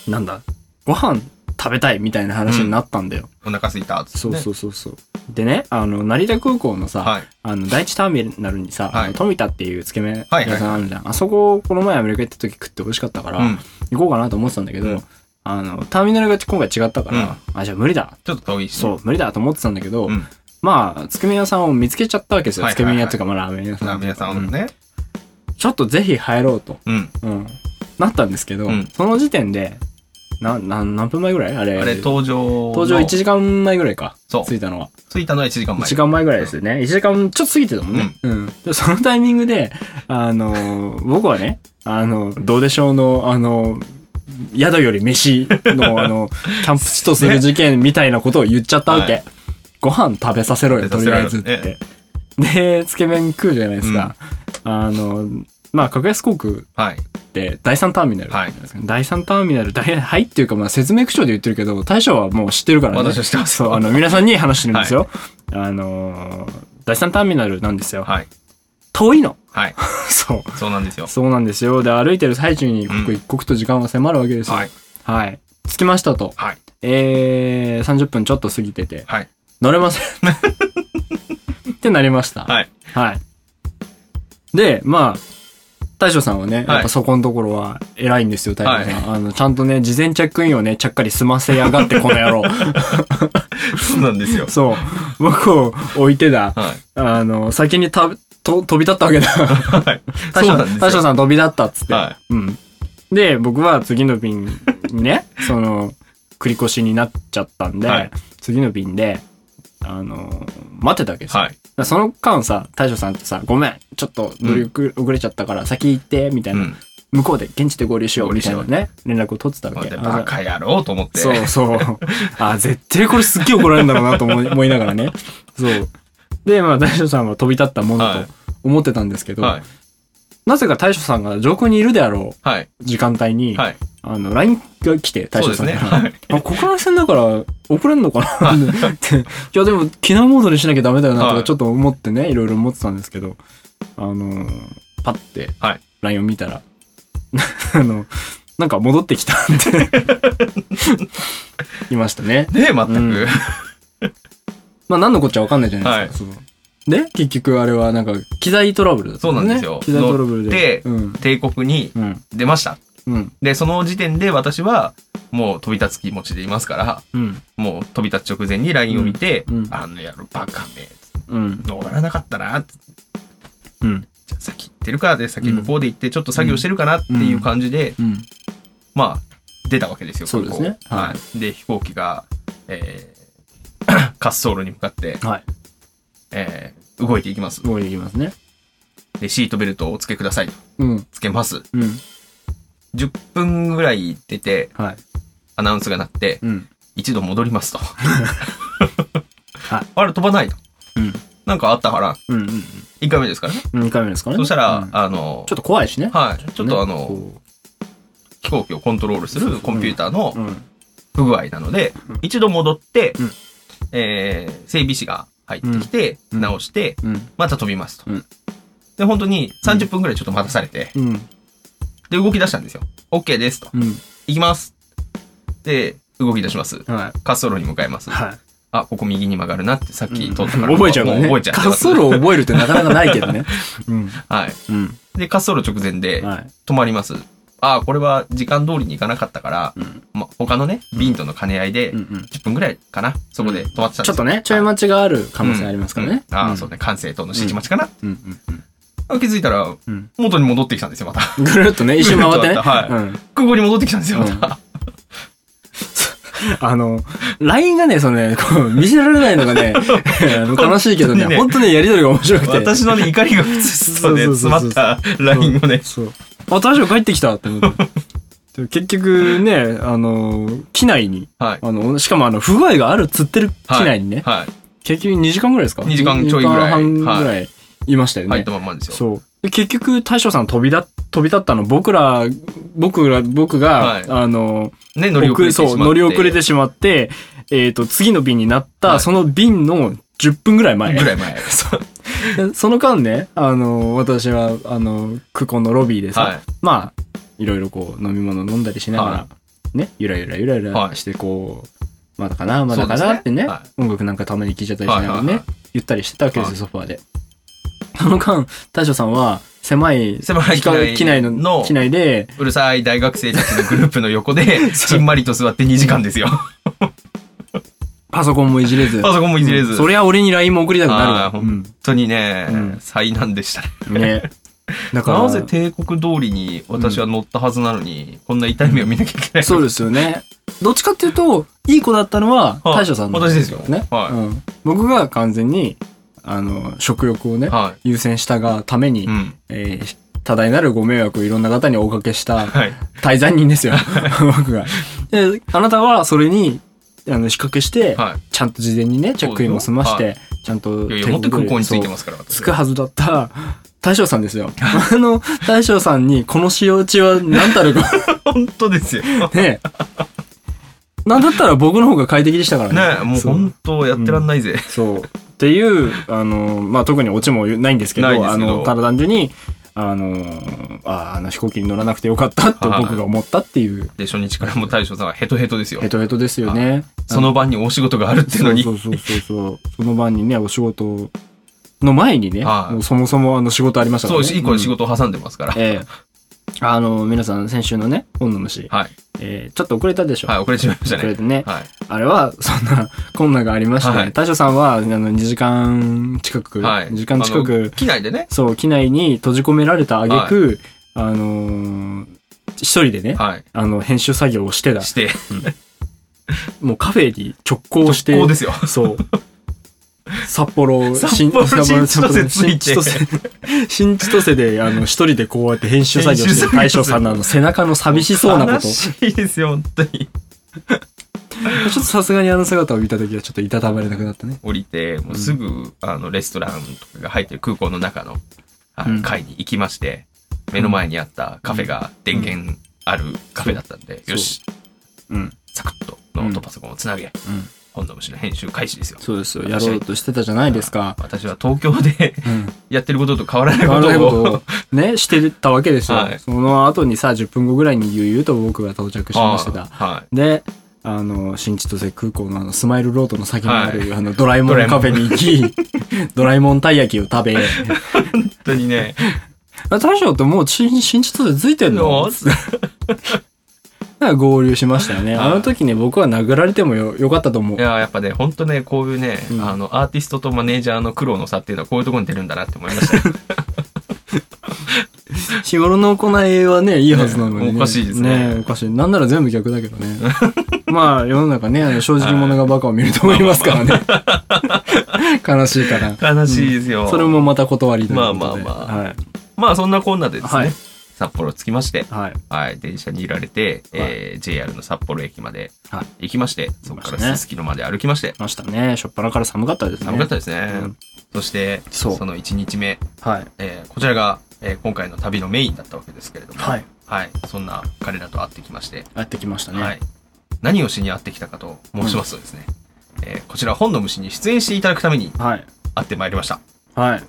Speaker 2: なんだ、ご飯食べたいみたいな話になったんだよ。
Speaker 3: お腹すいたっつって
Speaker 2: そう
Speaker 3: ね
Speaker 2: そうそうそう。でね、あの、成田空港のさ、
Speaker 3: はい
Speaker 2: あの、第一ターミナルにさ、
Speaker 3: はい
Speaker 2: あの富田っていうつけ麺
Speaker 3: はい
Speaker 2: 屋さんあるじゃん。あそこ、この前アメリカ行った時食って美味しかったから、
Speaker 3: うん
Speaker 2: 行こうかなと思ってたんだけど、
Speaker 3: うん
Speaker 2: あの、ターミナルが今回違ったから、あ、じゃあ無理だ。
Speaker 3: ちょっと遠いし
Speaker 2: そう、無理だと思ってたんだけど、
Speaker 3: うん
Speaker 2: まあ、つけ麺屋さんを見つけちゃったわけですよ。
Speaker 3: はい
Speaker 2: つけ麺屋っていうか、まあ、ラーメン屋さん。
Speaker 3: 皆さん
Speaker 2: うん
Speaker 3: ね
Speaker 2: ちょっとぜひ入ろうと、
Speaker 3: うん
Speaker 2: うんなったんですけど、
Speaker 3: うん
Speaker 2: その時点で、な、な、何分前ぐらいあれ。
Speaker 3: あれ登場の
Speaker 2: 登場1時間前ぐらいか。
Speaker 3: そう
Speaker 2: 着いたのは。
Speaker 3: 着いたのは1時間
Speaker 2: 1
Speaker 3: 前
Speaker 2: 時間前ぐらいですよね。1時間ちょっと過ぎてたもんね。うん。でそのタイミングで、あのー、僕はね、あの、どうでしょうの、あの、宿より飯 の、あの、キャンプ地とする事件みたいなことを言っちゃったわけ。
Speaker 3: は
Speaker 2: ご飯食べさせろよ、と
Speaker 3: 食べ
Speaker 2: りあえ
Speaker 3: させ
Speaker 2: ずっ
Speaker 3: ろよ
Speaker 2: て。で、つけ麺食うじゃないですか。あの、まあ、格安航空
Speaker 3: はい
Speaker 2: って第3ターミナル。
Speaker 3: はい
Speaker 2: 第3ターミナル、第はいっていうか、まあ、説明口調で言ってるけど、大将はもう知ってるからね。
Speaker 3: 私は知ってます
Speaker 2: そう、あの、皆さんに話してるんですよ。あのー、第3ターミナルなんですよ。
Speaker 3: はい
Speaker 2: 遠いの。
Speaker 3: はい
Speaker 2: そう。
Speaker 3: そうなんですよ
Speaker 2: そうなんですよ。で、歩いてる最中に、
Speaker 3: うん
Speaker 2: 刻一刻と時間が迫るわけですよ。
Speaker 3: はい。
Speaker 2: はい。着きましたと。
Speaker 3: はい
Speaker 2: えー、30分ちょっと過ぎてて、
Speaker 3: はい
Speaker 2: 乗れません。 ってなりました。
Speaker 3: はい
Speaker 2: はい。で、まあ、大将さんはね、
Speaker 3: はい
Speaker 2: やっぱそこのところは偉いんですよ、大将さん。あの、ちゃんとね、事前チェックインをね、ちゃっかり済ませやがって、この 野郎。
Speaker 3: そうなんですよ
Speaker 2: そう。僕を置いてだ。
Speaker 3: はい
Speaker 2: あの、先にた、と、飛び立ったわけだ。
Speaker 3: はい
Speaker 2: 大
Speaker 3: そ
Speaker 2: 将
Speaker 3: うなんで
Speaker 2: 大
Speaker 3: す
Speaker 2: 将
Speaker 3: よ
Speaker 2: さん飛び立ったっつって。
Speaker 3: は
Speaker 2: うん。で、僕は次の便に ね、その、繰り越しになっちゃったんで、
Speaker 3: はい
Speaker 2: 次の便で、あの、待ってたわけですよ。
Speaker 3: はい
Speaker 2: だからその間さ、大将さんってさ、ごめん、ちょっと乗り遅れ遅れちゃったから先行って、みたいうな、
Speaker 3: ん
Speaker 2: 向こうで現地で合流しよう、みたいなね、連絡を取ってたわ
Speaker 3: 待っ
Speaker 2: け。
Speaker 3: てバカ野郎と思って
Speaker 2: そうそう。 あ、絶対これすっげえ怒られるんだろうなと思い思いながら ね。そう。で、まあ大将さんは飛び立ったもの
Speaker 3: は
Speaker 2: と
Speaker 3: い
Speaker 2: 思ってたんですけど、
Speaker 3: はい
Speaker 2: なぜか大将さんが上空にいるであろ
Speaker 3: はい。
Speaker 2: う時間帯に、
Speaker 3: はい。
Speaker 2: あの、LINE が来て、大
Speaker 3: そう
Speaker 2: 将
Speaker 3: です
Speaker 2: さんから。
Speaker 3: ね。はい。
Speaker 2: あ、国内線だから遅れんのか なって。いや、でも、機能モードにしなきゃダメだよなと
Speaker 3: は
Speaker 2: か、
Speaker 3: い
Speaker 2: ちょっと思ってね、いろいろ思ってたんですけど、あのー、パッて
Speaker 3: はい、
Speaker 2: LINE を見たら、 あの、なんか戻ってきたんで、 いましたね。
Speaker 3: ねえ、全く。
Speaker 2: まあ、何のこっちゃわかんないじゃないですか。そうで、結局あれはなんか、機材トラブルだったね
Speaker 3: そうなんですよ
Speaker 2: 機材トラブルで。うん。
Speaker 3: 帝国に
Speaker 2: うん。
Speaker 3: 出ました。
Speaker 2: うん。
Speaker 3: で、その時点で私は、もう飛び立つ気持ちでいますから、
Speaker 2: うん。
Speaker 3: もう飛び立つ直前に LINE を見て、
Speaker 2: うんうん
Speaker 3: あの野郎バカめ、
Speaker 2: うん。
Speaker 3: 乗らなかったな、じ
Speaker 2: うん。
Speaker 3: ゃあ先行ってるか、で、先
Speaker 2: うん
Speaker 3: 向こうで行ってちょっと作業してるかなっていう感じで、
Speaker 2: うん。
Speaker 3: まあ、出たわけですよ、
Speaker 2: そうですね
Speaker 3: 空港
Speaker 2: はい
Speaker 3: はい。で、飛行機が、えー 滑走路に向かって、
Speaker 2: はい。
Speaker 3: えー動いていきます。
Speaker 2: 動いていきますね。
Speaker 3: で、シートベルトをお付けくださいと。
Speaker 2: うん。
Speaker 3: つけます。
Speaker 2: うん。
Speaker 3: 10分ぐらい出て、
Speaker 2: はい。
Speaker 3: アナウンスが鳴って、
Speaker 2: うん。
Speaker 3: 一度戻ります
Speaker 2: い
Speaker 3: と。あれ、飛ばないと。
Speaker 2: うん。
Speaker 3: なんかあったから、
Speaker 2: うんうん
Speaker 3: 1回目ですからね。
Speaker 2: うん。2回目ですかね。
Speaker 3: そしたら、
Speaker 2: うん
Speaker 3: あの
Speaker 2: ちょ、っと怖いしね。
Speaker 3: はい、ちょっとあ
Speaker 2: ね
Speaker 3: の、
Speaker 2: こ
Speaker 3: 飛行機をコントロールするコンピューターの
Speaker 2: ううん。
Speaker 3: 不具合なので
Speaker 2: うん、
Speaker 3: 一度戻って
Speaker 2: うん、
Speaker 3: えー整備士が入ってきて、
Speaker 2: うん
Speaker 3: 直して、
Speaker 2: うん。
Speaker 3: また飛びますと
Speaker 2: うん。
Speaker 3: で、本当に30分ぐらいちょっと待たされて、
Speaker 2: うん。
Speaker 3: で、動き出したんですよ。OK ですと。
Speaker 2: うん。
Speaker 3: 行きます。で、動き出します。
Speaker 2: は
Speaker 3: 滑走路に向かいます
Speaker 2: い。。はい。
Speaker 3: あ、ここ右に曲がるなってさっき通ったから。
Speaker 2: 覚えちゃうからね。
Speaker 3: も覚えちゃって
Speaker 2: 滑
Speaker 3: ます
Speaker 2: 走路を覚えるってなかなかないけどね。うん。
Speaker 3: はい。
Speaker 2: うん。
Speaker 3: で、滑走路直前で
Speaker 2: はい。
Speaker 3: 止まります。あ、これは時間通りに行かなかったから、
Speaker 2: うん。
Speaker 3: ま、他のね、便との兼ね合いで
Speaker 2: う、んうん。
Speaker 3: 10分ぐらいかな、そこで止まってたんです
Speaker 2: ちょっとね、ちょい待ちがある可能性ありますからね。
Speaker 3: うんああ、そうね、関西等の指示待ちかな。
Speaker 2: うんうんうん
Speaker 3: あ気づいたら、
Speaker 2: うん
Speaker 3: 元に戻ってきたんですよ、また。
Speaker 2: うん。ぐるっとね、一周回ってね。
Speaker 3: ぐるっと回った
Speaker 2: うん。
Speaker 3: ここに戻ってきたんですよ、また。
Speaker 2: あの、LINE がね、そのね、こう、見せられないのがね、あの悲しいけど
Speaker 3: 本当に
Speaker 2: ね、
Speaker 3: ね
Speaker 2: 本当ね、やりとりが面白くて。
Speaker 3: 私のね、怒りが普通とね、
Speaker 2: そうそう
Speaker 3: 詰ま
Speaker 2: そうそう
Speaker 3: ったラインをね。
Speaker 2: そう。あ、大丈夫、帰ってきたって 思って。でも結局ね、あの、機内に、
Speaker 3: はい。
Speaker 2: あの、しかもあの、不具合があるっつってる機内にね、
Speaker 3: は
Speaker 2: 結局2時間ぐらいですか
Speaker 3: 2時間ちょいぐらい
Speaker 2: 2時間半ぐらいいましたよ
Speaker 3: い。
Speaker 2: ね。
Speaker 3: 入ったまんまですよ。
Speaker 2: そう。で結局、大将さん飛びだ、飛び立ったの、僕ら、僕ら、僕が、
Speaker 3: はい
Speaker 2: あの、
Speaker 3: ね、乗り遅れてしまっ
Speaker 2: そ
Speaker 3: て。
Speaker 2: う乗り遅れてしまって、えっ、と、次の便になった、
Speaker 3: はい
Speaker 2: その便の10分ぐらい前。
Speaker 3: ぐらい前。そう。
Speaker 2: で その間ね、あの、私は、あの、空港のロビーでさ、
Speaker 3: はい。
Speaker 2: まあ、いろいろこう、飲み物飲んだりしながら、
Speaker 3: は
Speaker 2: ね、ゆらゆらゆらゆら
Speaker 3: はい
Speaker 2: して、こう、まだかな、まだか
Speaker 3: そう
Speaker 2: な
Speaker 3: ですね
Speaker 2: ってね、
Speaker 3: は
Speaker 2: 音楽なんかたまに聴いちゃったりしながら
Speaker 3: はいは
Speaker 2: ね、
Speaker 3: いはい
Speaker 2: ゆったりしてたわけですよ、
Speaker 3: はい
Speaker 2: ソファーで。その間、大将さんは、狭い、
Speaker 3: 狭い機内
Speaker 2: 機内の、
Speaker 3: の
Speaker 2: 機内で、
Speaker 3: うるさい大学生たちのグループの 横で、ちんまりと座って2時間ですよ。
Speaker 2: パソコンもいじれず。
Speaker 3: パソコンもいじれず。
Speaker 2: うんそりゃ俺に LINE も送りたくなる
Speaker 3: あ
Speaker 2: わ
Speaker 3: あ、。本当にね、
Speaker 2: うん
Speaker 3: 災難でしたね。
Speaker 2: ね。だから、
Speaker 3: なぜ帝国通りに私は乗ったはずなのに、こんな痛い目を見なきゃいけない
Speaker 2: そうですよね。どっちかっていうと、いい子だったのは、
Speaker 3: はい
Speaker 2: 大将さんの
Speaker 3: 私ですよ
Speaker 2: ね。
Speaker 3: はい
Speaker 2: うん僕が完全に、あの、食欲をね、
Speaker 3: は
Speaker 2: 優先したがために
Speaker 3: い。う、ん。
Speaker 2: えー多大なるご迷惑をいろんな方におかけ した
Speaker 3: はい。
Speaker 2: 滞在人 ですよ。僕が。で、あなたはそれに、あの、比較して、
Speaker 3: はい。
Speaker 2: ちゃんと事前にね、チェックインも済まして、ちゃんと
Speaker 3: いやいや、持って空港に着いてますから。
Speaker 2: つくはずだった大将さんですよ。あの大将さんにこの使用中は何たるか
Speaker 3: 本当ですよ。ね
Speaker 2: ね。なんだったら僕の方が快適でしたからね。
Speaker 3: えもう
Speaker 2: そう
Speaker 3: 本当やってらんないぜ。
Speaker 2: そう。っていう、あの、まあ、特にオチもないんですけど、
Speaker 3: ないです
Speaker 2: あ
Speaker 3: けど
Speaker 2: の、ただ単純に、あの、あーあの飛行機に乗らなくてよかったと
Speaker 3: はい
Speaker 2: 僕が思ったっていう、
Speaker 3: で、初日からもう大将さんはヘトヘトですよ
Speaker 2: ヘ。トヘトですよね。
Speaker 3: その晩にお仕事があるっていうのに
Speaker 2: そ。うそうそうそうそう。その晩にね、お仕事の前にね、
Speaker 3: はい
Speaker 2: もうそもそもあの仕事ありました
Speaker 3: そう、いい子
Speaker 2: うん
Speaker 3: で仕事を挟んでますから。
Speaker 2: ええあの、皆さん、先週のね、本の虫、
Speaker 3: はい。
Speaker 2: えーちょっと遅れたでしょ。
Speaker 3: はい、遅れちまいました
Speaker 2: 遅れ
Speaker 3: ね。
Speaker 2: てね。
Speaker 3: はい。
Speaker 2: あれは、そんな、困難がありまして、
Speaker 3: はい
Speaker 2: 大将さんは、あの、2時間近く、
Speaker 3: はい。
Speaker 2: 2時間近
Speaker 3: あの
Speaker 2: く、
Speaker 3: 機内でね。
Speaker 2: そう、機内に閉じ込められた挙句、あのー一人でね、
Speaker 3: は
Speaker 2: あの、編集作業をしてた
Speaker 3: い。。して、
Speaker 2: もうカフェに直行
Speaker 3: 直
Speaker 2: して、
Speaker 3: 行ですよ。
Speaker 2: そう。札幌、
Speaker 3: 札幌新千歳着
Speaker 2: 新
Speaker 3: いて
Speaker 2: 千歳新千歳で、あの、一人でこうやって編集作業
Speaker 3: 編
Speaker 2: し
Speaker 3: 集
Speaker 2: て
Speaker 3: 作
Speaker 2: る
Speaker 3: 業
Speaker 2: 大将さんのあの、背中の寂しそうなこと。
Speaker 3: 悲
Speaker 2: ち
Speaker 3: しいですよ、本当に。
Speaker 2: ょっとさすがにあの姿を見たときはちょっといたたまれなくなったね。
Speaker 3: 降りて、もうすぐ、あの、レストランとかが入ってる空港の中の、あ
Speaker 2: うん
Speaker 3: の、階に行きまして、目の前にあったカフェが電源あるカフェだったんで、
Speaker 2: うん
Speaker 3: よし、
Speaker 2: うん。
Speaker 3: サクッとノートパソコンをつなげ、本の虫の編集開始ですよ。
Speaker 2: そうですよ。やろうとしてたじゃないですか。
Speaker 3: 私は東京で
Speaker 2: うん。
Speaker 3: やってることと変わらない
Speaker 2: あの
Speaker 3: こ
Speaker 2: ことと
Speaker 3: を
Speaker 2: を、 ね、してたわけですよ。
Speaker 3: はい
Speaker 2: その後にさ、10分後ぐらいに悠々と僕が到着しましてた。
Speaker 3: は
Speaker 2: で、あの、新千歳空港のあの、スマイルロードの先にある、
Speaker 3: はい
Speaker 2: あの、ドラえもんカフェに行き、 ドラえもんたい焼きを食 べ、
Speaker 3: い。本当にね。
Speaker 2: あ大将ってもう新新千歳ついてんのなんか合流しましたよね。
Speaker 3: はい
Speaker 2: あの時ね、僕は殴られてもよよかったと思う
Speaker 3: い。や、やっぱね、本当ね、こういうね、
Speaker 2: うん
Speaker 3: あの、アーティストとマネージャーの苦労の差っていうのはこういうところに出るんだなって思いましたね。
Speaker 2: 日頃の行いはね、いいはずなのに、ね
Speaker 3: ねおかしいですね
Speaker 2: おかしい。なんなら全部逆だけどね。 まあ、世の中ね、あの正直者がバカを見ると思いますから ね。 悲しいから。
Speaker 3: 悲しいですよ。
Speaker 2: それもまた断りということで。
Speaker 3: まあまあまあ
Speaker 2: はい。
Speaker 3: まあ、そんなこんなでですね、
Speaker 2: はい
Speaker 3: 札幌着きまして、
Speaker 2: はい。
Speaker 3: はい、電車に揺られて、
Speaker 2: はい
Speaker 3: えー JR の札幌駅まで
Speaker 2: は
Speaker 3: 行きまして、そこか
Speaker 2: 行きました
Speaker 3: ら
Speaker 2: ね
Speaker 3: すすきのまで歩きまして、
Speaker 2: ましたね。初っ端から寒かったですね。
Speaker 3: 寒かったですね。
Speaker 2: うん
Speaker 3: そして、
Speaker 2: そ
Speaker 3: そうの1日目、
Speaker 2: はい。
Speaker 3: えーこちらが、えー今回の旅のメインだったわけですけれども、
Speaker 2: はい。
Speaker 3: はい、そんな彼らと会ってきまして、
Speaker 2: やってきましたね。
Speaker 3: はい、何をしに会ってきたかと申しますとですね、えーこちら本の虫に出演していただくために
Speaker 2: はい。
Speaker 3: 会ってまいりました。
Speaker 2: はい。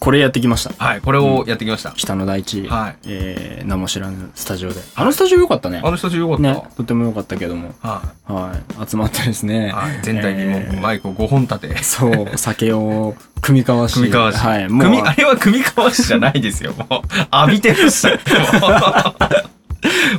Speaker 2: これやってきました。
Speaker 3: はい、これをやってきました。
Speaker 2: 北の大地、
Speaker 3: はい。
Speaker 2: えー、名も知らぬスタジオで。あのスタジオ良かったね。
Speaker 3: あの人たちよかった。
Speaker 2: ね、とても良かったけども。
Speaker 3: は
Speaker 2: はい。集まってです
Speaker 3: い。
Speaker 2: ね。
Speaker 3: はい。全体にも
Speaker 2: え
Speaker 3: う
Speaker 2: ー
Speaker 3: マイクを5本立て。
Speaker 2: そう、酒を組み交わし。
Speaker 3: 組み交わし。
Speaker 2: はい。もう
Speaker 3: 組み、あれは組み交わしじゃないですよ。もう、浴びてる っす。も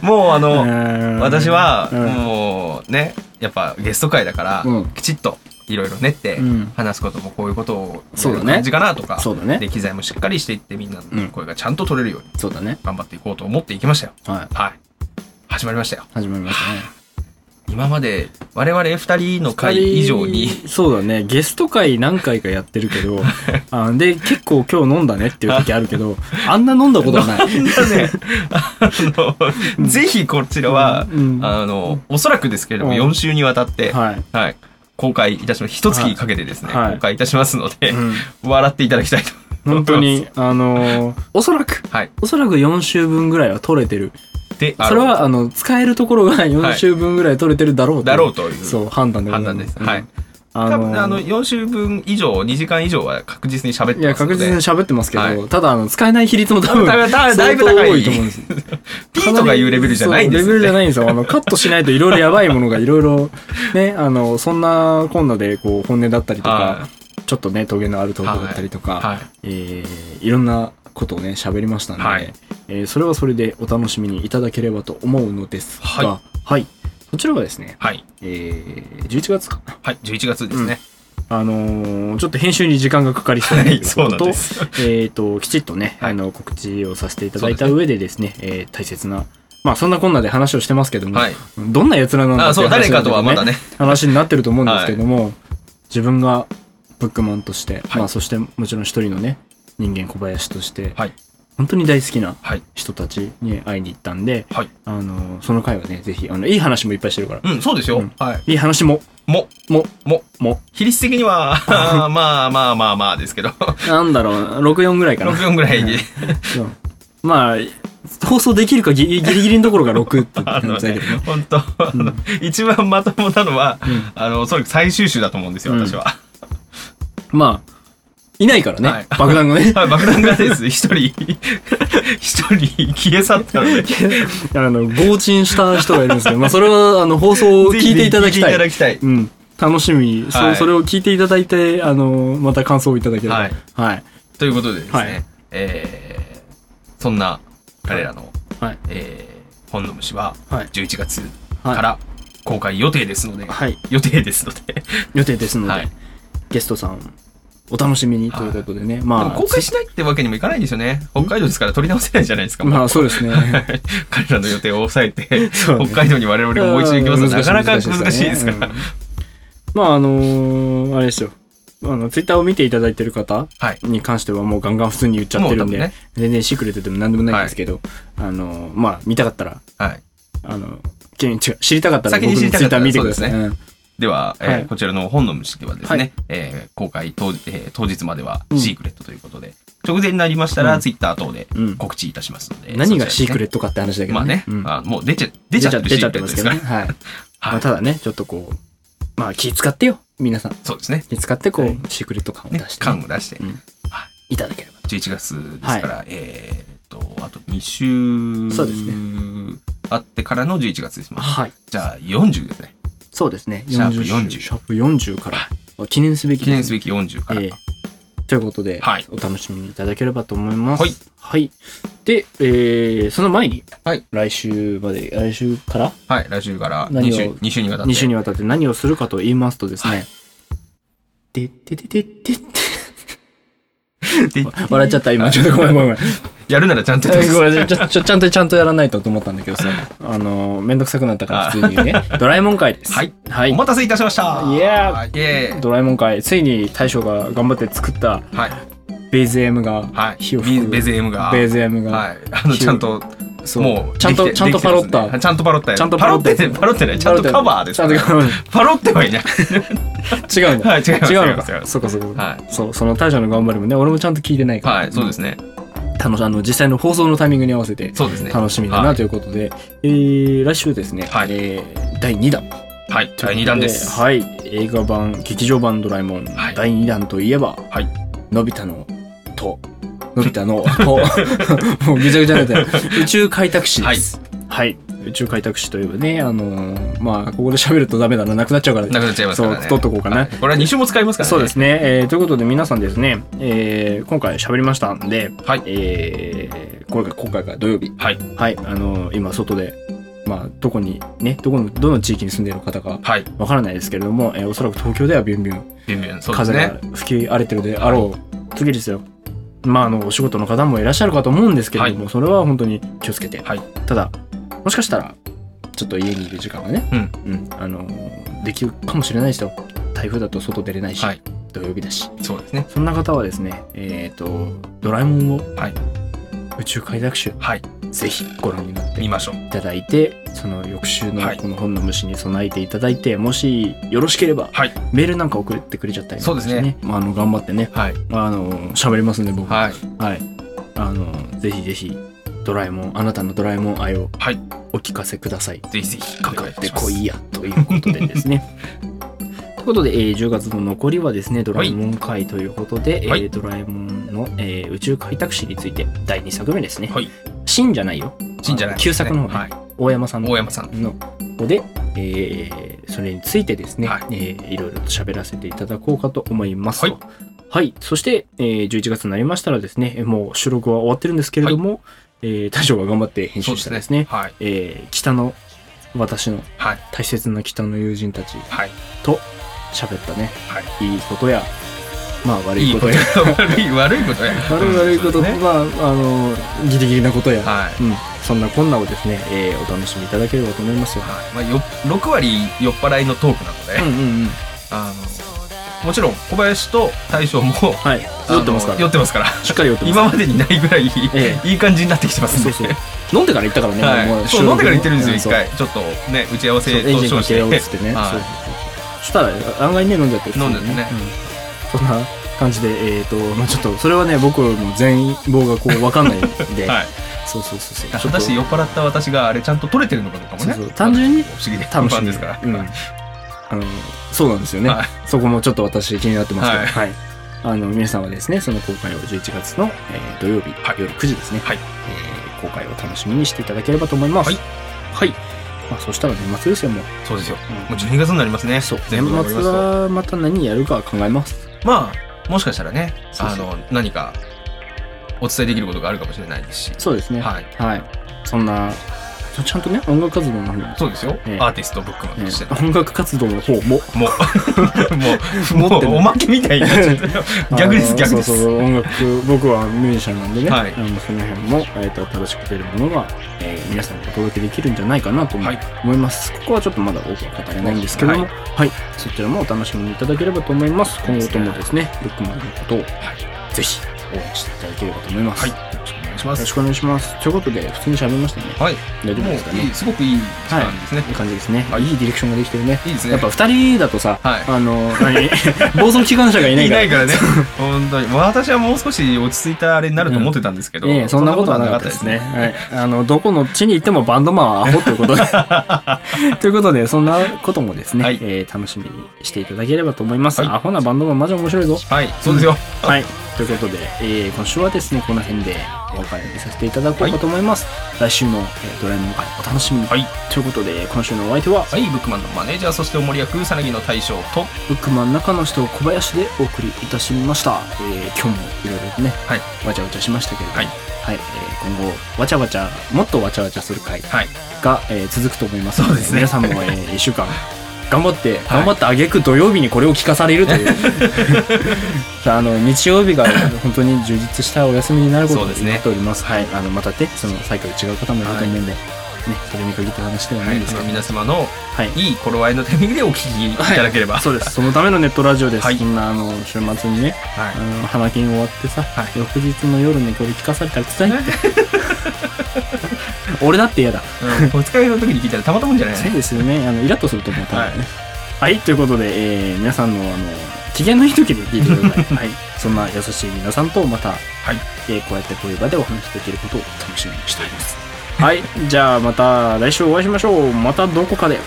Speaker 3: うもうあの、
Speaker 2: うん
Speaker 3: 私は、
Speaker 2: うん
Speaker 3: もうね、やっぱゲスト会だから、
Speaker 2: うん
Speaker 3: きちっといろいろ練って
Speaker 2: うん、
Speaker 3: 話すこともこういうことを
Speaker 2: そうだね
Speaker 3: やる感じかなとか、
Speaker 2: そうだね
Speaker 3: で、機材もしっかりしていってみんな
Speaker 2: うん
Speaker 3: の声がちゃんと取れるように
Speaker 2: そうだね。
Speaker 3: 頑張っていこうと思っていきましたよ。
Speaker 2: はい。
Speaker 3: はい。始まりましたよ。
Speaker 2: 始まりましたね。
Speaker 3: 今まで我々二人の回以上に、
Speaker 2: そうだねゲスト会何回かやってるけどあで結構今日飲んだねっていう時あるけ どあんな飲んだことはない
Speaker 3: みんなね、 あの、ぜひこちらは、
Speaker 2: うん
Speaker 3: あの、おそらくですけれども、
Speaker 2: うん
Speaker 3: 4週にわたって、
Speaker 2: はい、
Speaker 3: はい、公開いたします。一月かけてですね、
Speaker 2: はい
Speaker 3: 公開いたしますので、
Speaker 2: うん、
Speaker 3: 笑っていただきたいと
Speaker 2: 本
Speaker 3: 思います。
Speaker 2: 当に。あのーおそらく
Speaker 3: はい。
Speaker 2: おそらく4週分ぐらいは取れてる
Speaker 3: で、あ
Speaker 2: それ
Speaker 3: ろう
Speaker 2: はあの使えるところが4週分ぐらい取れてるだろうとい
Speaker 3: だろうという
Speaker 2: そう判断でございま
Speaker 3: 判断です
Speaker 2: うん
Speaker 3: はい
Speaker 2: あ
Speaker 3: 多
Speaker 2: の
Speaker 3: 分
Speaker 2: ー
Speaker 3: あの、4週分以上、2時間以上は確実に喋っ
Speaker 2: い
Speaker 3: て
Speaker 2: や
Speaker 3: ますの
Speaker 2: 確
Speaker 3: で。
Speaker 2: 実に喋ってますけど、
Speaker 3: はい
Speaker 2: ただあの使えない比率も多分
Speaker 3: 多分多分だいぶ高い
Speaker 2: 相当多いと思うんです
Speaker 3: ピーとかいうレベルじゃないんです
Speaker 2: そうレベルじゃ
Speaker 3: い。
Speaker 2: ないんですよ。あの、カットしないといろいろやばいものがいろいろ、 ね、あの、そんなこんなで、こう、本音だったりと
Speaker 3: は
Speaker 2: か、ちょっとね、トゲのあるトークだったりとか、
Speaker 3: はいはい
Speaker 2: えーいろんなことをね、喋りましたので、
Speaker 3: はい
Speaker 2: えーそれはそれでお楽しみにいただければと思うのですが、
Speaker 3: は
Speaker 2: はい。そちらはですね、
Speaker 3: はい。
Speaker 2: えー、11月かな。
Speaker 3: はい。11月ですね。
Speaker 2: あのーちょっと編集に時間がかかりそう
Speaker 3: は。
Speaker 2: ないこ
Speaker 3: そう
Speaker 2: と
Speaker 3: なん
Speaker 2: と
Speaker 3: で、す。
Speaker 2: えっ、と、きちっとね、
Speaker 3: はい
Speaker 2: あの、告知をさせていただい
Speaker 3: そ
Speaker 2: た
Speaker 3: うです
Speaker 2: 上でですね、えー大切な、まあ、そんなこんなで話をしてますけども、
Speaker 3: はい。
Speaker 2: どんな奴らなんだ
Speaker 3: あ、
Speaker 2: ってい
Speaker 3: そうう、誰
Speaker 2: 話
Speaker 3: かとはまだね。
Speaker 2: 話になってると思うんですけども、自分がブックマンとして、
Speaker 3: はい
Speaker 2: まあ、そしてもちろん一人のね、人間小林として、
Speaker 3: はい
Speaker 2: 本当に大好きな
Speaker 3: はい。
Speaker 2: 人たちに会いに行ったんで、
Speaker 3: はい
Speaker 2: あの、その回はね、ぜひ、あの、いい話もいっぱいしてるから、
Speaker 3: うん、そうですよ。
Speaker 2: うん
Speaker 3: はい。
Speaker 2: いい話も、
Speaker 3: も、
Speaker 2: も、
Speaker 3: も、
Speaker 2: も、
Speaker 3: 比率的に は、あーまあまあまあまあですけど、
Speaker 2: なんだろう、64ぐらいかな。
Speaker 3: 64ぐらいに。
Speaker 2: そうまあ、放送できるかギリギリギリのところが6って
Speaker 3: あ
Speaker 2: 感
Speaker 3: の
Speaker 2: じだ
Speaker 3: ね
Speaker 2: けどね。、
Speaker 3: 本当、あの一番まともなのは、あの、おそらく最終週だと思うんですよ、
Speaker 2: うん
Speaker 3: 私は。
Speaker 2: まあ、いないからね、
Speaker 3: はい
Speaker 2: 爆弾が ね。
Speaker 3: はい爆弾がです、一人、 一人消え去ったの で、ぜ
Speaker 2: あの、強沈した人がいるんですけど、まあ、それは、あの、放送を
Speaker 3: ひ
Speaker 2: 聞いていただきた
Speaker 3: 聞いていた
Speaker 2: い。
Speaker 3: だきたい。
Speaker 2: うん。楽しみ、
Speaker 3: は
Speaker 2: そう、
Speaker 3: い
Speaker 2: それを聞いていただいて、あの、また感想をいただければ。は
Speaker 3: はいい。
Speaker 2: はい。
Speaker 3: ということでですね、
Speaker 2: はい
Speaker 3: えー、そんな彼らの、
Speaker 2: はい。
Speaker 3: えー、本の虫は、
Speaker 2: はい
Speaker 3: 11月から公開予定ですので、
Speaker 2: はい。
Speaker 3: 予定ですので、
Speaker 2: 予定ですので、
Speaker 3: はい
Speaker 2: ゲストさん、お楽しみにということでね。まあ、
Speaker 3: でも公開しないってわけにもいかないんですよね。北海道ですから取り直せないじゃないですか。もう
Speaker 2: まあ、そうですね。
Speaker 3: 彼らの予定を抑えて、
Speaker 2: そうね
Speaker 3: 北海道に我々もう一度行きます
Speaker 2: う
Speaker 3: が
Speaker 2: ん
Speaker 3: なかなか難しいですから。
Speaker 2: ねうんまああのーあれですよあのツイッターを見ていただいてる方
Speaker 3: はい。
Speaker 2: に関してはもうガンガン普通に言っちゃってるんで、
Speaker 3: もう多分ね
Speaker 2: 全然シークレットでも何でもないんですけど、あのーまあ見たかったら
Speaker 3: はい。
Speaker 2: あの君違う知りたかったら
Speaker 3: 先に
Speaker 2: 僕のツイ
Speaker 3: 知り
Speaker 2: ッタ
Speaker 3: たかった
Speaker 2: ー
Speaker 3: ら
Speaker 2: 見てください、
Speaker 3: そう
Speaker 2: うん
Speaker 3: では、えー
Speaker 2: はい
Speaker 3: こちらの本の虫ではですね、
Speaker 2: はい
Speaker 3: えー公開当,、えー当日までは
Speaker 2: うん
Speaker 3: シークレットということで、直前になりましたら、
Speaker 2: うん
Speaker 3: ツイッター等で
Speaker 2: うん
Speaker 3: 告知いたしますので。
Speaker 2: 何がシークレ
Speaker 3: ッ
Speaker 2: ットかって話だけ
Speaker 3: ま
Speaker 2: ど
Speaker 3: あね、
Speaker 2: うん
Speaker 3: あもう出ちゃ、出ちゃってる
Speaker 2: 出
Speaker 3: シ
Speaker 2: ちゃ
Speaker 3: ー
Speaker 2: っ
Speaker 3: ク
Speaker 2: てますけ
Speaker 3: レットです
Speaker 2: ど
Speaker 3: か
Speaker 2: ね、
Speaker 3: ら。
Speaker 2: はいま
Speaker 3: は
Speaker 2: あ、
Speaker 3: い
Speaker 2: ただねちょっとこうまあ気使ってよ皆さん
Speaker 3: そうですね。
Speaker 2: 気使ってこう、
Speaker 3: はい
Speaker 2: シークレット感を出
Speaker 3: ね
Speaker 2: してね、
Speaker 3: 缶を出して、
Speaker 2: うん
Speaker 3: はい
Speaker 2: ただければ
Speaker 3: 11月ですから、えーっと、あと2週
Speaker 2: そうです
Speaker 3: あってからの11月ですもんね。
Speaker 2: はい
Speaker 3: じゃあ40ですね。
Speaker 2: そうですね。
Speaker 3: シャープ
Speaker 2: 40
Speaker 3: 40
Speaker 2: シャープ40から。記念すべき
Speaker 3: 記念すべ
Speaker 2: き。
Speaker 3: き40から。
Speaker 2: ええということで、
Speaker 3: はい
Speaker 2: お楽しみいただければと思います。
Speaker 3: はい。
Speaker 2: で、えー、その前に、
Speaker 3: はい
Speaker 2: 来週まで、来週から
Speaker 3: はい、来週から
Speaker 2: 何
Speaker 3: 2
Speaker 2: を
Speaker 3: 週 ,2 週にわたって。
Speaker 2: 2週にわたって何をするかと言いますとですね、
Speaker 3: はい
Speaker 2: てっててててって、
Speaker 3: で
Speaker 2: 笑っちゃった、今。ちょっ とごめんごめんごめん。
Speaker 3: やるならちゃんとやってくだ
Speaker 2: ご
Speaker 3: さい
Speaker 2: めんちょちょちゃんと、ちゃんとやらないとと思ったんだけどさ、 あの、めんどくさくなったから普通にね、 ドラえもん会です。
Speaker 3: はい。
Speaker 2: はい
Speaker 3: お。待たせいたしました。
Speaker 2: イエ
Speaker 3: ーイ。イエーイ。
Speaker 2: ドラえもん会、ついに大将が頑張って作った
Speaker 3: はい。
Speaker 2: ベーゼ M が、
Speaker 3: はい。
Speaker 2: 火を吹く
Speaker 3: ベベゼエムが。
Speaker 2: ベーゼ M が、
Speaker 3: はい。あの、ちゃんと、
Speaker 2: そう
Speaker 3: もう、
Speaker 2: ちゃんと、
Speaker 3: できて
Speaker 2: ちゃんとパロッ
Speaker 3: できてますね
Speaker 2: タ。
Speaker 3: ちゃんとパロッタや。
Speaker 2: ちゃんと
Speaker 3: パ
Speaker 2: パロ
Speaker 3: ロ
Speaker 2: ッ
Speaker 3: ッ
Speaker 2: タ
Speaker 3: タ
Speaker 2: や
Speaker 3: って、パロッタね、ちゃんとカバーです
Speaker 2: ちゃん。とカバー
Speaker 3: パロッタはいない。
Speaker 2: 違 うんだ。
Speaker 3: はい違います
Speaker 2: 違う
Speaker 3: 違い
Speaker 2: の
Speaker 3: ます違い
Speaker 2: か。
Speaker 3: ます
Speaker 2: そうかそうか。
Speaker 3: はい。
Speaker 2: そう、その大将の頑張りもね、俺もちゃんと聞いてないから。
Speaker 3: はい、そうですね。
Speaker 2: 楽しあの、実際の放送のタイミングに合わせて、
Speaker 3: そうですね。
Speaker 2: 楽しみだ
Speaker 3: は
Speaker 2: ないということで、えー、来週ですね、
Speaker 3: はい
Speaker 2: えー第2弾。
Speaker 3: はい、第2弾です。
Speaker 2: はい。映画版、劇場版ドラえもん、
Speaker 3: はい
Speaker 2: 第2弾といえば、
Speaker 3: はい
Speaker 2: のび太のと、のび太の、 ともうぐちゃぐちゃになって る、宇宙開拓士です。はい。宇宙開拓士といえばね、あのーまあ、ここで喋るとダメだな、なくなっちゃうから、
Speaker 3: なくなっちゃいますからね。
Speaker 2: そう、取っとこうかな。
Speaker 3: はいこれは2週も使いますからね。
Speaker 2: そうですね、えーということで皆さんですね、えー今回喋りましたんで、
Speaker 3: はい
Speaker 2: えーこれが今回が土曜日、
Speaker 3: はい。
Speaker 2: はい、あのー今外で、まあ、どこにね、どこの、どの地域に住んでいる方か
Speaker 3: はい。
Speaker 2: わからないですけれども、えーおそらく東京ではビュンビュン
Speaker 3: ビュンビュン。そうです
Speaker 2: 風が
Speaker 3: ね。
Speaker 2: 吹き荒れてるであろう時ですよ。まあ、あの、お仕事の方もいらっしゃるかと思うんですけれども、それは本当に気をつけて。
Speaker 3: はい
Speaker 2: ただ、もしかしたら、ちょっと家にいる時間がね、
Speaker 3: うん
Speaker 2: あのー、できるかもしれないですよ。台風だと外出れないし、
Speaker 3: はい
Speaker 2: 土曜日だし。
Speaker 3: そうですね。
Speaker 2: そんな方はですね、えっ、と、ドラえもんを、
Speaker 3: はい
Speaker 2: 宇宙開拓集、
Speaker 3: はい。
Speaker 2: ぜひご覧になって
Speaker 3: 見
Speaker 2: い
Speaker 3: ましょう。
Speaker 2: ただいて、その翌週の
Speaker 3: はい
Speaker 2: この本の虫に備えていただいて、もしよろしければ、
Speaker 3: はい。
Speaker 2: メールなんか送ってくれちゃったりなんかして
Speaker 3: そうで
Speaker 2: まあ、あの、頑張ってね、
Speaker 3: はい。
Speaker 2: あの、喋りますんで、僕。
Speaker 3: はい。
Speaker 2: はい。あの、ぜひぜひ、ドラえもん、あなたのドラえもん愛を
Speaker 3: はい
Speaker 2: お聞かせください。
Speaker 3: ぜひぜひ、
Speaker 2: かか
Speaker 3: お願
Speaker 2: っ
Speaker 3: い
Speaker 2: て
Speaker 3: します
Speaker 2: こいや、ということでです ね。ということで、えー10月の残りはですね、ドラえもん会ということで、
Speaker 3: はい
Speaker 2: えードラえもんの、えー宇宙開拓史について第2作目ですね。
Speaker 3: はい。
Speaker 2: 新じゃないよ。
Speaker 3: 新じゃない、
Speaker 2: 旧作の方ね
Speaker 3: はい。
Speaker 2: 大山さんの
Speaker 3: 大山さん。
Speaker 2: の方で、えーそれについてですね、
Speaker 3: はい
Speaker 2: いえーいろいろと喋らせていただこうかと思います。
Speaker 3: はい
Speaker 2: はいそして、えー11月になりましたらですね、えーもう収録は終わってるんですけれども、えー大将が頑張って編
Speaker 3: そう
Speaker 2: 集
Speaker 3: で
Speaker 2: し
Speaker 3: す
Speaker 2: た
Speaker 3: ね。
Speaker 2: らですね、
Speaker 3: はい。
Speaker 2: えー北の私の
Speaker 3: はい。
Speaker 2: 大切な北の友人たち
Speaker 3: はい。
Speaker 2: と喋ったね、、
Speaker 3: はい
Speaker 2: いことや、まあ悪
Speaker 3: い
Speaker 2: い
Speaker 3: い
Speaker 2: こ
Speaker 3: こと
Speaker 2: と
Speaker 3: や
Speaker 2: や、
Speaker 3: 悪い、悪いことや。
Speaker 2: 悪い悪いこと、
Speaker 3: うんそうですね
Speaker 2: まあ、あの、ギリギリなことや、
Speaker 3: はい。
Speaker 2: うん、そんなこんなをですね、えーお楽しみいただければと思いますよ。
Speaker 3: はいまあ、よ6割酔っ払いのトークなので、
Speaker 2: うんうんうん。
Speaker 3: あのもちろん小林と大将も
Speaker 2: はい。酔ってますから。
Speaker 3: あの酔ってますから
Speaker 2: しっかり酔ってます。
Speaker 3: 今までにないぐらいい
Speaker 2: え
Speaker 3: い感じになってきてますん
Speaker 2: そ
Speaker 3: で
Speaker 2: うそう。飲んでから行ったからね。
Speaker 3: はい、そう飲んでから言ってるんですよ一。
Speaker 2: 収録
Speaker 3: 回ちょっとね打ち合わせ
Speaker 2: そうそうエン
Speaker 3: と
Speaker 2: ジン
Speaker 3: 称
Speaker 2: か
Speaker 3: し
Speaker 2: け
Speaker 3: て
Speaker 2: ようっつってね。
Speaker 3: はい
Speaker 2: そうそうそうしたら、案外ね、飲んじゃってる
Speaker 3: 飲んじゃってね
Speaker 2: うんそんな感じで、えっと、まあちょっと、それはね、僕も全貌がこう、わかんないんで。
Speaker 3: はい、
Speaker 2: そうそうそうそう。
Speaker 3: 果たして
Speaker 2: ちょ
Speaker 3: 酔っ払った私があれちゃんと取れてるのかどうかもね
Speaker 2: そうそう単純に
Speaker 3: 不思議で
Speaker 2: っと楽し
Speaker 3: 不安
Speaker 2: み
Speaker 3: ですから、
Speaker 2: うん
Speaker 3: はい
Speaker 2: あの、そうなんですよね
Speaker 3: はい。
Speaker 2: そこもちょっと私気になってますけど。
Speaker 3: はい
Speaker 2: はい。あの、皆さんはですね、その公開を11月の、えー土曜日
Speaker 3: はい
Speaker 2: 夜9時ですね。
Speaker 3: はい
Speaker 2: えー公開を楽しみにしていただければと思います。
Speaker 3: はい。
Speaker 2: はい。まあ、そしたら年末ですよ、もう。
Speaker 3: そうですよ
Speaker 2: う
Speaker 3: もう12月になりますね
Speaker 2: そう。年
Speaker 3: 全部終わり
Speaker 2: 末
Speaker 3: ますと
Speaker 2: はまた何やるか考えます。
Speaker 3: まあもしかしたらね
Speaker 2: そうそう
Speaker 3: あの何かお伝えできることがあるかもしれないですし、
Speaker 2: そうですね。
Speaker 3: はい
Speaker 2: はい。そんな、ちょちゃんとね、音楽活動の方も、
Speaker 3: そうですよ、
Speaker 2: ええ
Speaker 3: アーティストブックマンとして、
Speaker 2: ね音楽活動の方も、
Speaker 3: も うもう
Speaker 2: 持
Speaker 3: も
Speaker 2: って
Speaker 3: う
Speaker 2: る
Speaker 3: おまけみたいになっちゃったよ逆 で
Speaker 2: あ
Speaker 3: す
Speaker 2: の
Speaker 3: 逆です
Speaker 2: そうそう、音楽、僕はミュージシャンなんでね、
Speaker 3: はい
Speaker 2: あのその辺も、えっと新しく出るものが、えー皆さんにお届けできるんじゃないかなと思
Speaker 3: はいい
Speaker 2: 思います。ここはちょっとまだ多くは語れないんですけども、
Speaker 3: は
Speaker 2: はい、そちらもお楽しみいただければと思います。今後ともですね、ブックマンのことを、ぜひ応援していただければと思います。
Speaker 3: はい
Speaker 2: よ
Speaker 3: よろしくお願いしま
Speaker 2: ろ
Speaker 3: す
Speaker 2: しくお願いします。ということで、普通に喋りましたね。
Speaker 3: はい
Speaker 2: 大丈夫
Speaker 3: も
Speaker 2: ですか
Speaker 3: う
Speaker 2: ね
Speaker 3: いい。すごくいい時間ですね、
Speaker 2: いい感じですね。
Speaker 3: はい
Speaker 2: いいディレクションができてるね。
Speaker 3: い、いですね
Speaker 2: やっぱ二人だとさ、
Speaker 3: はい
Speaker 2: あの、何 暴走機関車がいない
Speaker 3: い
Speaker 2: か
Speaker 3: な
Speaker 2: ら。
Speaker 3: いからね 本当に私はもう少し落ち着いたあれになると思ってたんですけど、
Speaker 2: ええ、そんなことはなかったですね。はい。あの、どこの地に行ってもバンドマンはアホということで。 ということで、そんなこともですね、
Speaker 3: はい
Speaker 2: えー楽しみにしていただければと思います。
Speaker 3: はい
Speaker 2: アホなバンドマンマジ面白いぞ。
Speaker 3: はいそうですよ、
Speaker 2: はい。ということで、えー今週はですね、この辺でお別れにさせていただこうかと思います。来週の、えードラえもん会お楽しみに。
Speaker 3: はい
Speaker 2: ということで、今週のお相手は、
Speaker 3: はいブックマンのマネージャーそしてお守役さなぎの大将と
Speaker 2: ブックマン中の人を小林でお送りいたしました、えー今日もいろいろとね、
Speaker 3: はい
Speaker 2: わちゃわちゃしましたけれども、
Speaker 3: は
Speaker 2: はいいえー今後わちゃわちゃもっとわちゃわちゃする回
Speaker 3: はい
Speaker 2: が、えー続くと思いますので
Speaker 3: そうですね
Speaker 2: 皆さんも、え1週間頑張って、
Speaker 3: はい
Speaker 2: 頑張ってあげく土曜日にこれを聞かされる というあの日曜日が本当に充実したお休みになること
Speaker 3: そう
Speaker 2: を
Speaker 3: ですね
Speaker 2: 祈っておりますはい、あのまたねその最後違う方もいると思うんで、ね、それに限った話では
Speaker 3: は
Speaker 2: ない
Speaker 3: い
Speaker 2: んです
Speaker 3: あ
Speaker 2: け
Speaker 3: の
Speaker 2: ど、
Speaker 3: 皆様の
Speaker 2: はい
Speaker 3: いい頃合いのタイミングでお聞きいただければ、
Speaker 2: そうです。そのためのネットラジオです。
Speaker 3: はい
Speaker 2: みんな、あの、週末にね、
Speaker 3: はい
Speaker 2: あの、花金終わってさ、
Speaker 3: はい
Speaker 2: 翌日の夜にこれ聞かされたら辛い って。俺だって嫌だ。
Speaker 3: うん、お使いの時に聞いたらたまったもんじゃない
Speaker 2: そうですよね。あの、イラッとすると思ったんだよね。はい、ということで、えー皆さんの、あの、機嫌のいい時に聞いてください。 はい。そんな優しい皆さんと、また、
Speaker 3: はい
Speaker 2: えーこうやってこういう場でお話しできることを楽しみにしております。はい。じゃあ、また来週お会いしましょう。またどこかで。